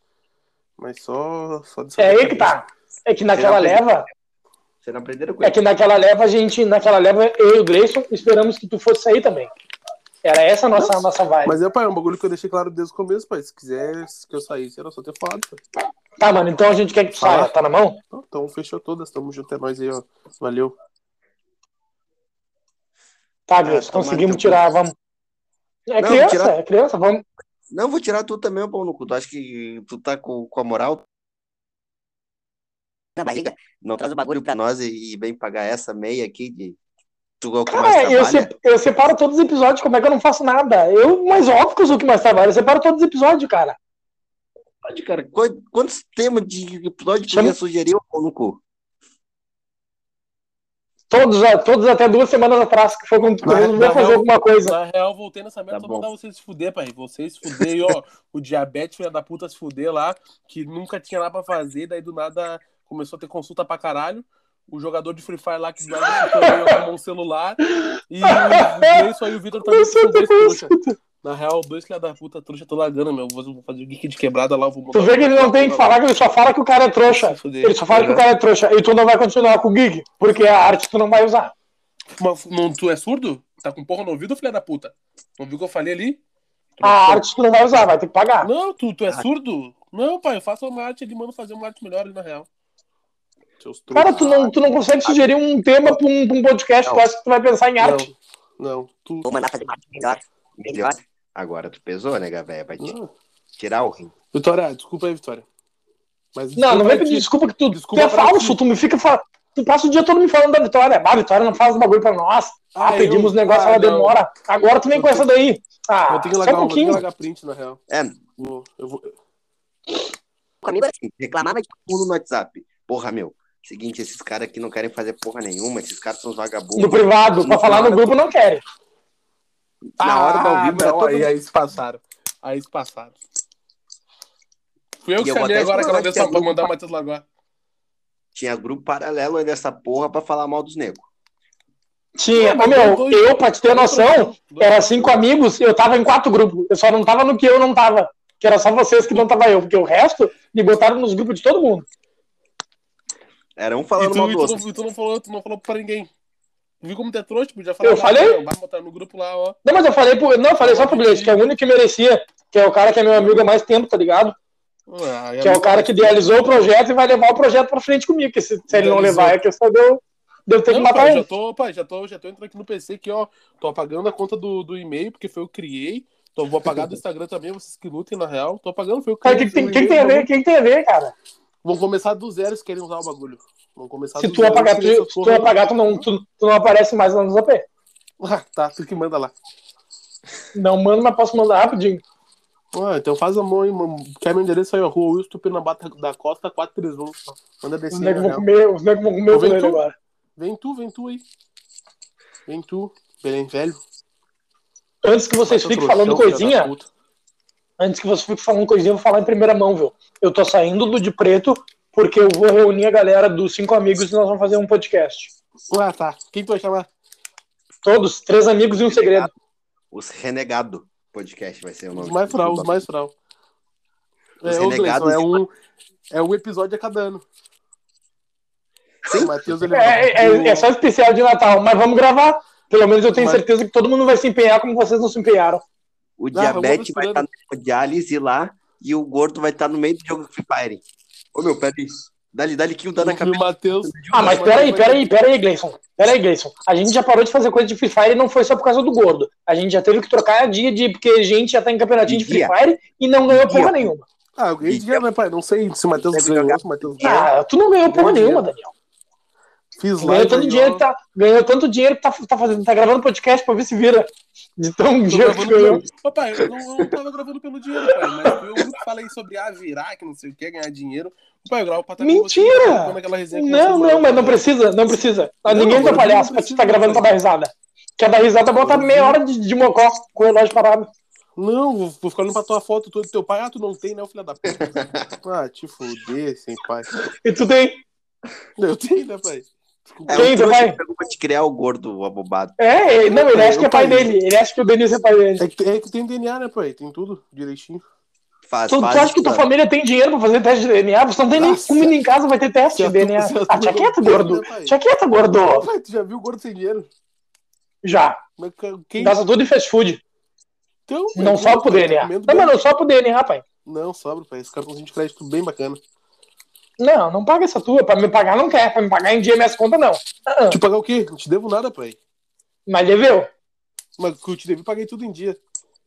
D: Mas só. só
A: É aí que tá. É que naquela
C: Será que-
A: leva,
C: Vocês não aprenderam com
A: É
C: isso.
A: que naquela leva a gente, naquela leva eu e o Grayson esperamos que tu fosse sair também. Era essa a nossa,
D: Nossa,
A: nossa vibe.
D: Mas é, pai, é um bagulho que eu deixei claro desde o começo, pai. Se quiser que eu saísse, era só ter falado, pai.
A: Tá, mano, então a gente quer que tu saia,
D: Ah.
A: tá na mão?
D: Então, Então, fechou todas. Tamo junto, é nóis aí, ó. Valeu.
A: Tá, Grayson,
C: tomara
A: conseguimos
C: que eu-
A: tirar, vamos. É
C: Não,
A: criança,
C: tirar-
A: é criança, vamos.
C: Não, vou tirar tu também, ô pau no cu. Tu acha que tu tá com, com a moral? na barriga, não traz o bagulho pra nós e, e vem pagar essa meia aqui de tu é o que mais
A: Cara, eu,
C: trabalha.
A: se- eu separo todos os episódios, como é que eu não faço nada? Eu, mas óbvio que eu sou o que mais trabalho, eu separo todos os episódios, cara.
C: Pode, cara, qu- quantos temas de episódio tu
A: Chama-
C: já sugeriu, pau no cu?
A: Todos, ó, todos até duas semanas atrás, que foi quando tu
D: Mas-
A: resolveu
D: mas
A: fazer
D: eu-
A: alguma coisa.
D: Na real, voltei nessa
C: Tá
D: merda só
C: bom.
D: mandar vocês se fuder, pai. Vocês se fuder e, ó, o diabetes filha da puta se fuder lá, que nunca tinha lá pra fazer, daí do nada começou a ter consulta pra caralho. O jogador de Free Fire lá que do nada se tornou com a mão celular. E o Gleison e o Vitor também
A: Começou
D: são
A: a ter
D: dois trouxa. Na real, dois filha da puta trouxa, tô lagando, meu. Vou vou fazer o geek de quebrada lá, eu vou
A: Tu vê que ele não tem o que falar, que ele só fala que o cara é trouxa.
D: Se fuder.
A: Ele só fala que o cara é trouxa. E tu não vai continuar com o gig, porque é a arte tu não vai usar.
D: Mas não, tu é surdo? Tá com porra no ouvido, filha da puta? Não viu o que eu falei ali?
A: A Ah, arte tu não vai usar, vai ter que pagar.
D: Não, tu, tu é surdo? Não, pai, eu faço uma arte, ele manda fazer uma arte melhor ali na real. Seus trouxas.
A: Cara, tu não, tu não consegue sugerir um tema pra um, pra um podcast,
C: Não.
A: tu acha que tu vai pensar em arte?
D: Não, não, tu.
C: Vou mandar fazer mais melhor. Entendeu? Agora tu pesou, né, Gavé? Vai te
D: Não.
C: tirar o rim.
D: Vitória, desculpa aí, Vitória.
A: Não,
D: Mas
A: não
D: desculpa
A: vem
D: aí,
A: pedir
D: tio.
A: desculpa que tu,
D: Desculpa
A: tu é
D: pra
A: falso,
D: ti.
A: tu me fica fa- Tu passa o dia todo me falando da vitória. Bah, a vitória não faz o bagulho pra nós. Ah,
D: Ah, eu-
A: pedimos negócio,
D: ah,
A: ela
D: não.
A: demora. Agora tu vem
D: Eu
A: com essa daí. Ah,
D: Eu tenho que
A: só um
D: largar, uma- eu tenho que
A: pouquinho.
D: largar print, na real.
C: É,
D: Vou- Eu vou...
C: comigo era assim, reclamava de tudo no WhatsApp. Porra, meu, seguinte, esses caras aqui não querem fazer porra nenhuma, esses caras são vagabundos.
A: No privado, pra
C: Na
A: falar no
C: hora-
A: grupo não querem.
C: Na hora do ao
D: Ah,
C: vivo era
D: não,
C: todo
D: aí, aí se passaram. Aí se passaram. Fui eu
C: E
D: que
C: eu vou
D: chamei
C: até
D: agora aquela
C: falar
D: vez
C: que é
D: só pra
C: grupo-
D: mandar o Matheus largar.
C: Tinha grupo paralelo aí dessa porra pra falar mal dos negros.
A: Tinha.
D: Não,
A: Ô,
D: mas
A: meu,
D: eu tô-
A: eu, pra te ter noção, era cinco amigos, eu tava em quatro grupos. Eu só não tava no que eu não tava. Que era só vocês que não tava eu, porque o resto me botaram nos grupos de todo mundo.
C: Era um
D: E
C: falando
D: tu,
C: mal
D: e
C: do
D: tu,
C: outro.
D: não, e tu não falou, tu não falou pra ninguém. Viu como tu é trouxa? Podia falar.
A: Eu
D: "Ah,
A: falei?
D: não, Vai botar no grupo lá, ó.
A: Não, mas eu falei pro. Não, eu falei só pro Gleice, que é o único que merecia, que é o cara que é meu amigo há mais tempo, tá ligado?
D: Ah, aí
A: Que é o cara que idealizou o projeto e vai levar o projeto pra frente comigo. Que se, se ele não
D: Idealizou.
A: levar, é questão de eu, de eu ter que
D: Não,
A: matar
D: pai, já
A: ele.
D: tô, pai, já tô, já tô entrando aqui no PC aqui, ó. Tô apagando a conta do, do e-mail, porque foi eu que criei. Então vou apagar do Instagram também, vocês que lutem na real. Tô apagando, foi eu que
A: Cara, o
D: criei.
A: que, que, tem,
D: o
A: que que tem a
D: e-mail,
A: ver? O que que tem a ver, cara?
D: Vão começar do zero se querem usar o bagulho. Vão começar
A: Se
D: do
A: tu
D: zero,
A: apagar, tu,
D: criei
A: se
D: essas
A: tu
D: porra.
A: apagar, tu não, tu, tu não aparece mais lá no Zap.
D: Ah, tá, tu que manda lá.
A: Não mando, mas posso mandar rapidinho.
D: Ah, então faz a mão aí, mano. Quer meu endereço aí, ó. Rua Wilson Tupinambá da Costa 431. Manda
A: Os
D: descer. na
A: negros vão
D: é real.
A: comer, os negros vão comer o
D: Vem
A: filé
D: tu?
A: agora.
D: Vem tu, vem tu aí. Vem tu, Belém Velho.
A: Antes que vocês
D: Seu
A: fiquem
D: trouxão,
A: falando
D: filha da
A: coisinha,
D: puta.
A: antes que vocês fiquem falando coisinha, eu vou falar em primeira mão, viu? Eu tô saindo do de preto porque eu vou reunir a galera dos cinco amigos e nós vamos fazer um podcast.
D: Ah, tá. Quem tu vai chamar?
A: Todos, três amigos e um segredo.
C: Os Renegado podcast vai ser o nome.
D: Os mais fral, os mais fral.
C: Os
D: É, ô, Gleison,
C: renegados-
D: é um, é um episódio a cada ano. O Matheus, ele
A: É, é, é só especial de Natal, mas vamos gravar. Pelo menos eu tenho
D: Mas-
A: certeza que todo mundo vai se empenhar como vocês não se empenharam.
C: O
D: Não, eu vou
C: diabetes vai
D: esperando.
C: estar no diálise lá e o gordo vai estar no meio do jogo do Free Fire. Ô meu, peraí. Dá-lhe, dá-lhe kill, dá na
D: E o
C: cabeça.
D: Matheus.
A: Ah, mas peraí, peraí, peraí, Gleison. Peraí, Gleison. A gente já parou de fazer coisa de Free Fire e não foi só por causa do gordo. A gente já teve que trocar a dia de. Porque a gente já tá em campeonatinho de Free
C: Dia.
A: Fire e não ganhou porra
C: Dia.
A: nenhuma.
D: Ah, alguém já, né, pai? Não sei se o Matheus
C: Deve
D: ganhou,
C: jogar.
D: se o Matheus ganhou.
A: Ah, tu não ganhou porra
D: Dia.
A: nenhuma, Daniel.
D: Fiz
A: Tu Ganhou
D: live. aí,
A: tanto
D: ó.
A: dinheiro que tá. Ganhou tanto dinheiro que tá, tá fazendo, tá gravando podcast pra ver se vira. De tão
D: Tô
A: dinheiro que
D: gravando
A: tu ganhou.
D: pelo... Ô, pai, eu não, eu não tava gravando pelo dinheiro, pai. Mas eu nunca falei sobre a virar, que não sei o que, ganhar dinheiro. Ô, Pai, eu gravo pra estar com você,
A: Mentira!
D: tá gravando aquela resenha com
A: Não,
D: vocês,
A: não, mas não precisa, não precisa. Ah,
D: Não,
A: Ninguém tá
D: agora
A: palhaço
D: não
A: pra te
D: precisa,
A: tá gravando pra
D: não.
A: dar risada. Quer dar risada, bota
D: Não.
A: meia hora de, de mocó com o relógio parado.
D: Não, vou- vou ficar olhando pra tua foto toda do teu pai. Ah, tu não tem, né, ô filho da puta? ah, te fuder, sem pai.
A: E tu tem.
D: Eu tenho, né, pai?
C: É,
A: Quem,
C: um trouxa
A: vai?
C: que pegou pra te criar o gordo abobado.
A: É, ele- não, ele
D: É,
A: acha que é
D: eu
A: pai
D: tenho.
A: dele. Ele acha que o Denise é pai dele.
D: É que, tu- é que tem DNA, né, pai? Tem tudo direitinho.
C: Faz,
A: Tu, tu
C: faz
A: acha que
C: isso,
A: tua
C: mano.
A: família tem dinheiro pra fazer teste de DNA? Você não tem nem
D: Nossa.
A: comida em casa, vai ter teste de
D: Certo,
A: DNA.
D: certo.
A: Ah, tia quieto, gordo.
D: Né, pai?
A: Tia quieto, gordo.
D: Pai, tu já viu o gordo sem dinheiro?
A: Já.
D: Como é que- Quem...
A: Gasta tudo em fast food.
D: Então, pai,
A: Não
D: tu-
A: só pro
D: pai, tu
A: DNA.
D: comendo
A: Não,
D: bem.
A: mas não só pro DNA, pai.
D: Não, sobra, pai. Esse cartãozinho de crédito bem bacana.
A: Não, não paga essa tua. Pra me pagar, não quer. Pra me pagar em dia minhas contas, não. Ah, ah.
D: Te pagar o quê? Não te devo nada, pai.
A: Mas deveu.
D: Mas o que eu te devo, paguei tudo em dia.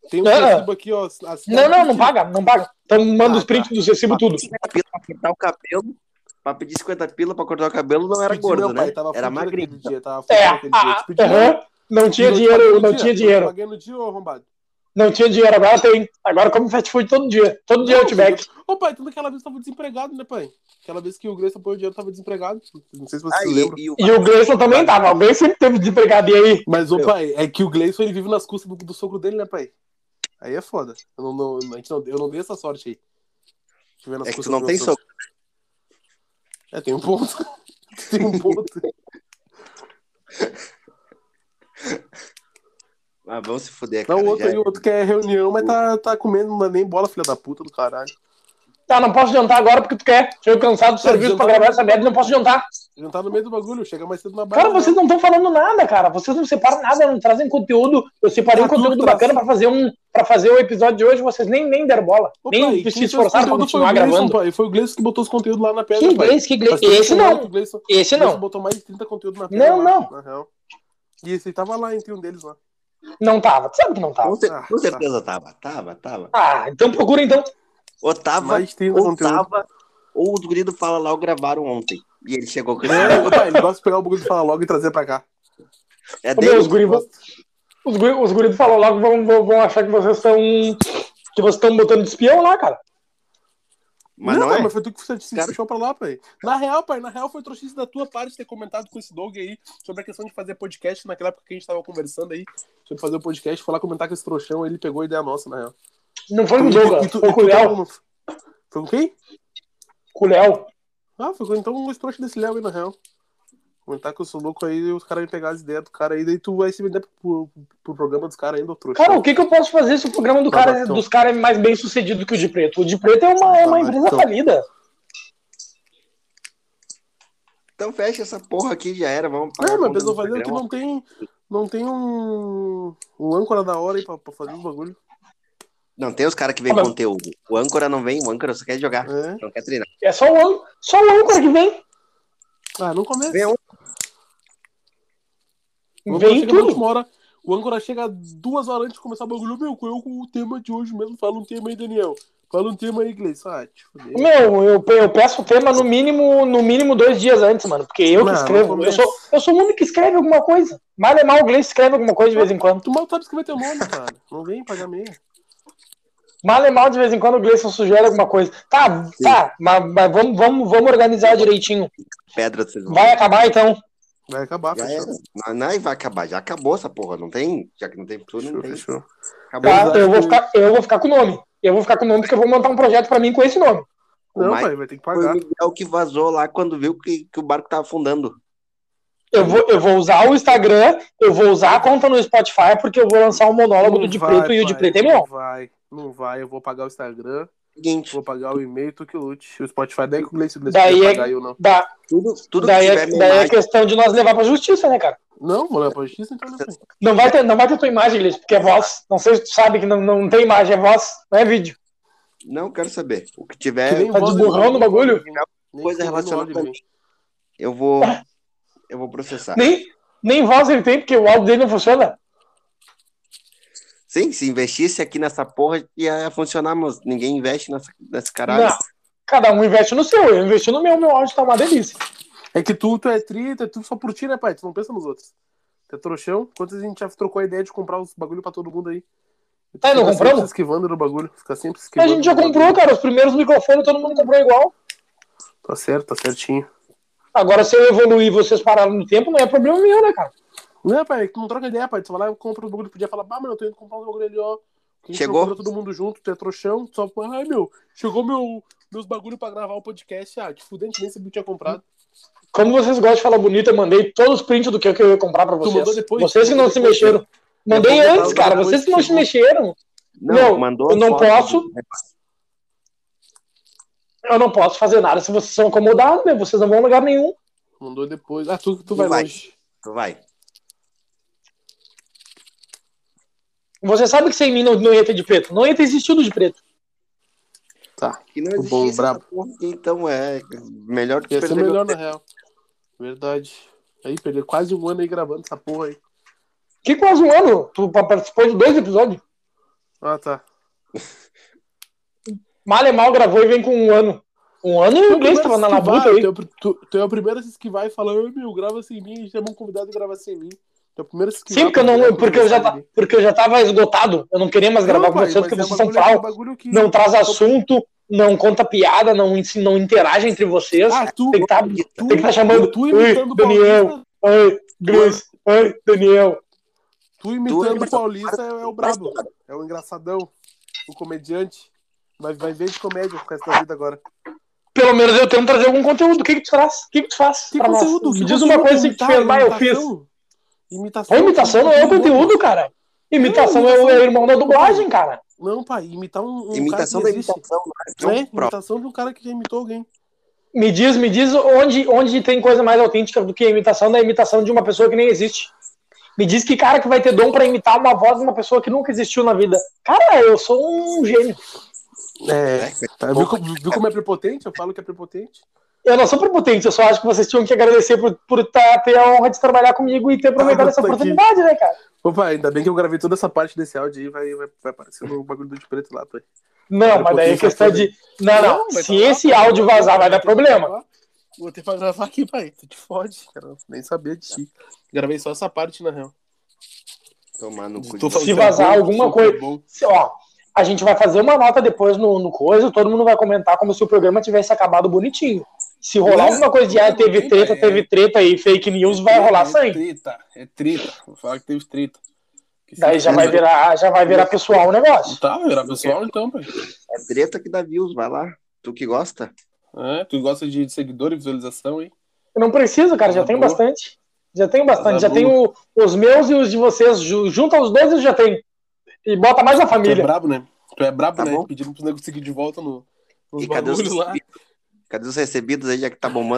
D: Tem um
A: Ah.
D: recibo aqui, ó. assinado
A: Não, Ah, tá. não, não
D: aqui.
A: paga, não paga. Então manda os prints do recibo tudo.
C: Pra cortar o cabelo, pra pedir 50 pila pra cortar o cabelo não era
D: Pedi,
C: gordo,
D: meu pai,
C: né?
D: tava
C: Era
D: fudido
C: magrinho.
D: aquele dia, tava
A: É,
D: fudido aquele dia.
A: ah,
D: Te pedi,
A: aham.
D: né?
A: Não tinha
D: Não te
A: dinheiro,
D: paguei
A: não
D: no
A: tinha
D: dia,
A: dinheiro.
D: Paguei no dia, ô arrombado.
A: Não tinha dinheiro, agora tem. Agora come fast food todo dia. Todo dia
D: Não,
A: Outback.
D: Ô pai, tu naquela vez tava desempregado, né, pai? Aquela vez que o Grace apoiou o dinheiro, tava desempregado. Não sei se vocês
C: Aí,
D: lembram.
C: Ah, e o-
A: E o Gleison também tava. O Gleison sempre teve desempregado. E aí?
D: Mas, ô
C: Meu.
D: pai, é que o Gleison ele vive nas custas do, do sogro dele, né, pai? Aí é foda. Eu não, não- a gente não, eu não dei essa sorte aí. Viver nas
C: É que tu
D: custas
C: não
D: do
C: tem
D: meu sogro. É, tem um ponto. tem um ponto.
C: Ah, vão se fuder,
D: Não,
C: cara.
D: o outro
C: já é.
D: aí, o outro quer reunião, mas tá, tá comendo, não dá nem bola, filha da puta do caralho.
A: Ah, não posso jantar agora porque tu quer. Chego cansado do serviço pra gravar essa merda e não posso jantar.
D: Ele não tá no meio do bagulho, chega mais cedo na né? barra.
A: Cara, vocês não estão falando nada, cara. Vocês não separam nada, não trazem conteúdo. Eu separei um
D: Tá tudo
A: conteúdo
D: traçado.
A: bacana pra fazer um para fazer o episódio de hoje, vocês nem nem deram bola. nem se esforçaram pra continuar gravando.
D: Pai. Foi o Gleison que botou os conteúdos lá na pedra,
A: Que
D: pai.
A: inglês, que
D: Faz
A: inglês.
D: tempo
A: Esse
D: que eu
A: não.
D: olho, O Gleison,
A: Esse
D: o Gleison
A: não.
D: botou mais de 30 conteúdos na
A: Não,
D: lá,
A: não.
D: Na real. E esse aí tava lá entre um deles lá.
A: Não tava. Tu sabe que não
C: Com,
A: tava.
C: cer-
D: Ah,
C: com certeza tava, tava, tava.
A: Ah, então procura então.
C: Ou tava,
D: Mais de 30
C: ou
D: conteúdos.
C: tava, ou o Grido fala lá, o gravaram ontem. E ele chegou com esse.
D: É, pai, ele gosta de pegar o bagulho e falar logo e trazer pra cá.
C: É
A: Ô, meu,
C: dele.
A: os guris vão- os guri, os guri falou logo vão, vão, vão achar que vocês estão que vocês estão botando de espião lá, cara.
C: Mas não,
D: pai,
C: é.
D: mas foi tu que se, se
C: Cara-
D: puxou pra lá, pai. Na real, pai, na real foi trouxice da tua parte ter comentado com esse dog aí sobre a questão de fazer podcast naquela época que a gente tava conversando aí. Sobre fazer o podcast, foi lá comentar com esse trouxão, ele pegou a ideia nossa, na real.
A: Não foi com o Douglas, foi um com o Léo.
D: tava- então, Foi com quem?
A: Com o Léo.
D: Ah, foi com- então os trouxas desse Léo aí, na real. Comentar com esse louco aí, os caras vão pegar as ideias do cara aí, daí tu vai se vender pro, pro- pro programa dos caras ainda, ô trouxa.
A: Cara, o que, que eu posso fazer se o programa do cara,
D: Babatão.
A: dos caras é mais bem sucedido que o de preto? O de preto é uma, é uma empresa
D: Babatão.
A: falida.
C: Então fecha essa porra aqui, já era. Vamos pagar
D: É,
C: a
D: mas
C: conta
D: pensa
C: do
D: fazer que
C: programa.
D: não tem. Não tem um. Um âncora da hora aí pra, pra fazer os bagulho.
C: Não, tem os caras que vêm
A: Ah, mas-
C: conteúdo. O âncora não vem, o âncora só quer jogar.
D: É.
C: Não quer treinar.
A: É só o âncora, só o âncora que vem.
D: Ah, não começa.
C: Vem um.
D: O âncora
A: Vem
D: chega na
A: tudo.
D: última hora. O âncora chega duas horas antes de começar o bagulho. Meu, eu com o tema de hoje mesmo. Fala um tema aí, Daniel. Fala um tema aí, Gleice. Ah, te fudeu.
A: Meu, eu, pe- eu peço o tema no mínimo, no mínimo dois dias antes, mano. Porque eu
D: Não,
A: que
D: não
A: escrevo. Eu
D: começa.
A: sou, eu sou o único que escreve alguma coisa. Mal é mal, o Gleice escreve alguma coisa de vez em quando.
D: Tu mal sabe escrever teu nome, cara. Não vem pagar meia.
A: Mal é mal, de vez em quando o Gleison sugere alguma coisa. Tá, tá, mas, mas vamos, vamos, vamos organizar direitinho.
C: Pedra, vocês vão.
A: Vai acabar então.
D: Vai acabar,
C: Já
D: fechou.
C: era. Não, não, vai acabar, já acabou essa porra. Não tem. Já que não tem tudo, não
D: Fechou,
C: tem.
D: fechou.
C: Acabou.
A: Tá?
D: Exato.
A: Eu, vou ficar, eu vou ficar com o nome. Eu vou ficar com o nome porque eu vou montar um projeto pra mim com esse nome.
C: O
D: Não,
C: Mike
D: pai, vai ter que
C: Foi o
D: pagar.
C: Miguel que vazou lá quando viu que, que o barco tava afundando.
A: Eu vou, eu vou usar o Instagram, eu vou usar a conta no Spotify porque eu vou lançar o monólogo do
D: Não
A: de
D: vai,
A: preto e o de
D: pai,
A: preto é
D: Não
A: meu.
D: vai, não vai. Eu vou pagar o Instagram,
C: Seguinte,
D: vou pagar o e-mail, tu que lute. O Spotify daí que o Gleice o Gleice
A: Daí
D: vai
A: é-
D: pagar eu, não.
A: Da,
C: tudo, tudo
A: daí
C: que
A: é,
C: tiver minha
A: daí é
C: imagem,
A: questão de nós levar pra justiça, né, cara?
D: Não, vou levar pra justiça, então não sei.
A: Não vai ter, não vai ter tua imagem, Gleice, porque é voz. Não sei se tu sabe que não, não tem imagem, é voz, não é vídeo.
C: Não, quero saber. O que
D: Que
C: tiver,
D: nem
A: tá
D: voz,
A: desburrando
D: nem-
A: no bagulho?
D: nem
C: É, um Coisa
D: nem
C: relacionada com-
D: áudio, né?
C: eu vou. Eu vou processar.
A: Nem, nem voz ele tem, porque o áudio dele não funciona.
C: Sim, se investisse aqui nessa porra, ia funcionar, mas ninguém investe nessa, nesse caralho.
A: Não. Cada um investe no seu, eu investi no meu, meu áudio tá uma delícia.
D: É que tu, tu é tri, tu é tudo só por ti, né, pai? Tu não pensa nos outros. Tu é trouxão. Quantas a gente já trocou a ideia de comprar os bagulho pra todo mundo aí? E tu
A: Tá, e não
D: fica
A: compramos?
D: sempre se esquivando do bagulho. Fica sempre se
A: A
D: esquivando.
A: gente já
D: do
A: comprou,
D: bagulho.
A: cara, os primeiros microfones todo mundo comprou igual.
D: Tá certo, tá certinho.
A: Agora, se eu evoluir e vocês pararam no tempo, não é problema meu, né, cara?
D: Não, pai, é que tu não troca ideia, pai. Tu vai lá e compra o bagulho. Tu podia falar, bah, mano, eu tô indo comprar um bagulho ali, ó. Que a gente
C: Chegou?
D: procura todo mundo junto, tu é trouxão. Tu só, ai, meu, chegou meu, meus bagulho pra gravar o podcast. Ah, te fudente, nem sabia que tinha comprado.
A: Como vocês gostam de falar bonito, eu mandei todos os prints do que eu ia comprar pra
D: Tu
A: vocês.
D: mandou depois?
A: Vocês que não se mexeram. Mandei
D: Eu vou
A: antes,
D: mandar
A: cara.
D: depois
A: Vocês que
D: que
A: não se
D: chegou.
A: mexeram. Não,
C: mandou
A: eu não
C: foto
A: posso.
C: do-
A: Eu não posso fazer nada se vocês são acomodados, né? Vocês não vão a lugar nenhum.
D: Mandou depois. Ah, tu, tu vai
C: Vai.
D: longe.
C: Tu vai.
A: Você sabe que sem mim não, não ia ter de preto. Não ia ter existido de preto.
C: Que não
D: O
C: existisse
D: bom
C: essa
D: brabo.
C: porra, então é melhor do que
D: Ia ser
C: perder meu
D: melhor, na
C: tempo.
D: real. Verdade. Aí, perder quase um ano aí gravando essa porra aí.
A: Que quase um ano. Tu pa- participou de dois episódios.
D: Ah, tá.
A: Mal é mal gravou e vem com um ano. Um ano e o inglês tava na labuta aí.
D: Tu, é o pri- tu- tu é o primeiro a se esquivar e falar, "Ô, meu, grava sem mim, a gente chama um convidado e grava sem mim. Tu é o primeiro a se esquivar.
A: Sim, porque eu,
D: pra
A: não,
D: gravar
A: porque, eu já,
D: sem
A: ta-
D: ninguém.
A: porque eu já tava esgotado. Eu não queria mais gravar
D: Não,
A: com
D: pai,
A: vocês, porque
D: mas é
A: vocês são
D: bagulho- é
A: pau.
D: bagulho que-
A: Não tá traz assunto, não conta piada, não, ensi- não interage entre vocês.
D: Ah, tu,
A: tem que tá,
D: tu,
A: tem que tá chamando.
D: tu
A: Oi,
D: imitando o
A: Daniel.
D: Paulista,
A: Oi, Grace. Oi, Daniel.
D: tu imitando
C: imitando-
D: o Paulista é, é o brabo, é o engraçadão, o comediante. Vai, vai ver de comédia com essa vida agora.
A: Pelo menos eu tento trazer algum conteúdo. O que, que tu traz? O que, que tu faz?
D: Que
A: pra nós?
D: conteúdo?
A: Me
D: que
A: diz
D: conteúdo?
A: uma coisa que tu fez.
D: Imitar-
A: Ah, eu fiz.
D: imitação? Imitação.
A: Ô, imitação não é o conteúdo, cara. Imitação é o é o irmão da dublagem, cara.
D: Não, pai, imitar um, um
C: Imitação da
D: cara que existe.
C: imitação, mas não
D: É,
C: prova.
D: imitação de um cara que já imitou alguém.
A: Me diz, me diz onde, onde tem coisa mais autêntica do que a imitação da imitação de uma pessoa que nem existe. Me diz que cara que vai ter dom pra imitar uma voz de uma pessoa que nunca existiu na vida. Cara, eu sou um gênio.
D: É.
C: É, cara.
D: viu, co- viu como é prepotente? Eu falo que é prepotente.
A: Eu não sou prepotente, eu só acho que vocês tinham que agradecer por, por tá- ter a honra de trabalhar comigo e ter aproveitado
D: Ah,
A: essa
D: tá aqui.
A: oportunidade, né, cara?
D: Opa, ainda bem que eu gravei toda essa parte desse áudio aí, vai, vai, vai aparecer no bagulho do de preto lá, pai.
A: Não, mas daí é questão de. Não, não.
D: vai
A: Se
D: tá lá,
A: esse
D: pai,
A: áudio
D: vai
A: vazar, vai
D: ter
A: dar
D: que
A: problema.
D: gravar. Vou ter pra gravar aqui, pai. Tu te fode, cara. Eu Nem sabia de ti. Gravei só essa parte, na real.
C: Tomar no cu.
D: Tô
C: de-
A: Se
D: falando
A: vazar
D: tranquilo,
A: alguma
D: sou
A: coisa-
D: bom.
A: Se- Ó, a gente vai fazer uma nota depois no, no coisa, todo mundo vai comentar como se o programa tivesse acabado bonitinho. Se rolar
D: Não,
A: alguma coisa de ah,
D: não,
A: teve
D: não,
A: treta,
D: é.
A: teve treta e fake news, vai rolar sangue.
D: treta, é treta. Vou falar que teve treta. Que
A: Daí
D: se
A: já vai
D: treta-
A: virar, já vai virar pessoal o negócio.
D: Tá, era pessoal então, pai.
C: É treta que dá views, vai lá. Tu que gosta?
D: É, tu gosta de seguidor e visualização, hein?
A: Eu não preciso, cara, já
D: Tá
A: tenho
D: bom.
A: bastante. Já tenho bastante,
D: Tá
A: já tenho os meus e os de vocês, ju- junta os dois e eu já tenho. E bota mais a
D: Tu é
A: família.
D: brabo, né? Tu é brabo,
C: Tá
D: né?
C: bom.
D: Pedindo pros negros seguir de volta no, nos
C: E cadê os
D: bagulhos lá.
C: Cadê os recebidos aí, já que tá bombando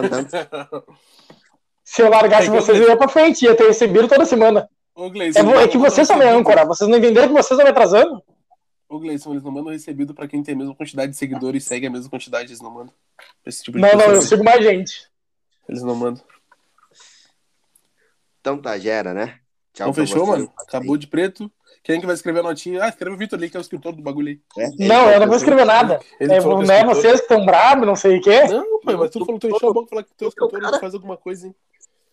C: tanto?
A: Se eu largasse
D: É que-
A: vocês, eu ia pra frente, ia ter recebido toda semana.
D: Ô, Gleison,
A: É, vo- é que
D: eles não
A: vocês são minha
D: mandam recebido-
A: âncora, vocês não entenderam que vocês estão me atrasando?
D: Ô, Gleison, eles não mandam recebido pra quem tem a mesma quantidade de seguidores segue a mesma quantidade, eles não mandam. Pra Esse tipo de
A: Não, não, eu
D: pessoa.
A: sigo mais gente.
D: Eles não mandam.
C: Então tá, gera, né? Tchau
D: Então
C: pra
D: fechou,
C: vocês.
D: mano? Acabou de preto. Quem é que vai escrever a notinha? Ah, escreve o Vitor ali, que é o escritor do bagulho aí.
C: É,
A: Não,
C: ele
A: eu não vou escrever nada.
D: Ele
A: É,
D: falou que
A: não é
D: escritor.
A: vocês que estão bravos, não sei o quê.
D: Não, pai, mas tu falou que tu encheu a boca falar que tu é escritor
C: Cara.
D: e faz alguma coisa, hein?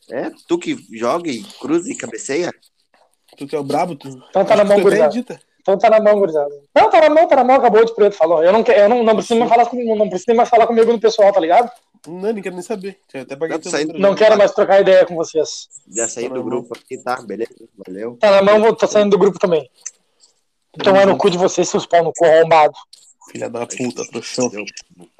C: É, tu que joga e cruza e cabeceia?
D: Tu que é o brabo, tu.
A: Então tá na
D: Acho
A: mão,
D: que tu até
A: gurizada.
D: edita.
A: Então tá na mão, gurizada. Não, tá na mão, tá na mão, acabou de preto, falou. Eu não, que- eu não, não preciso mais falar com, não preciso mais falar comigo no pessoal, tá ligado?
D: Não, nem quero nem saber. Eu até paguei
C: Não,
D: teu
C: isso aí
D: número né?
A: Não
D: já.
A: quero mais trocar ideia com vocês.
C: Já saí do
D: Tá bom.
C: grupo aqui, tá? Beleza? Valeu.
A: Tá na mão, vou, tô saindo do grupo também. Então é no cu de vocês, seus pau no cu arrombado.
D: Filha da puta, trouxão.
C: Valeu.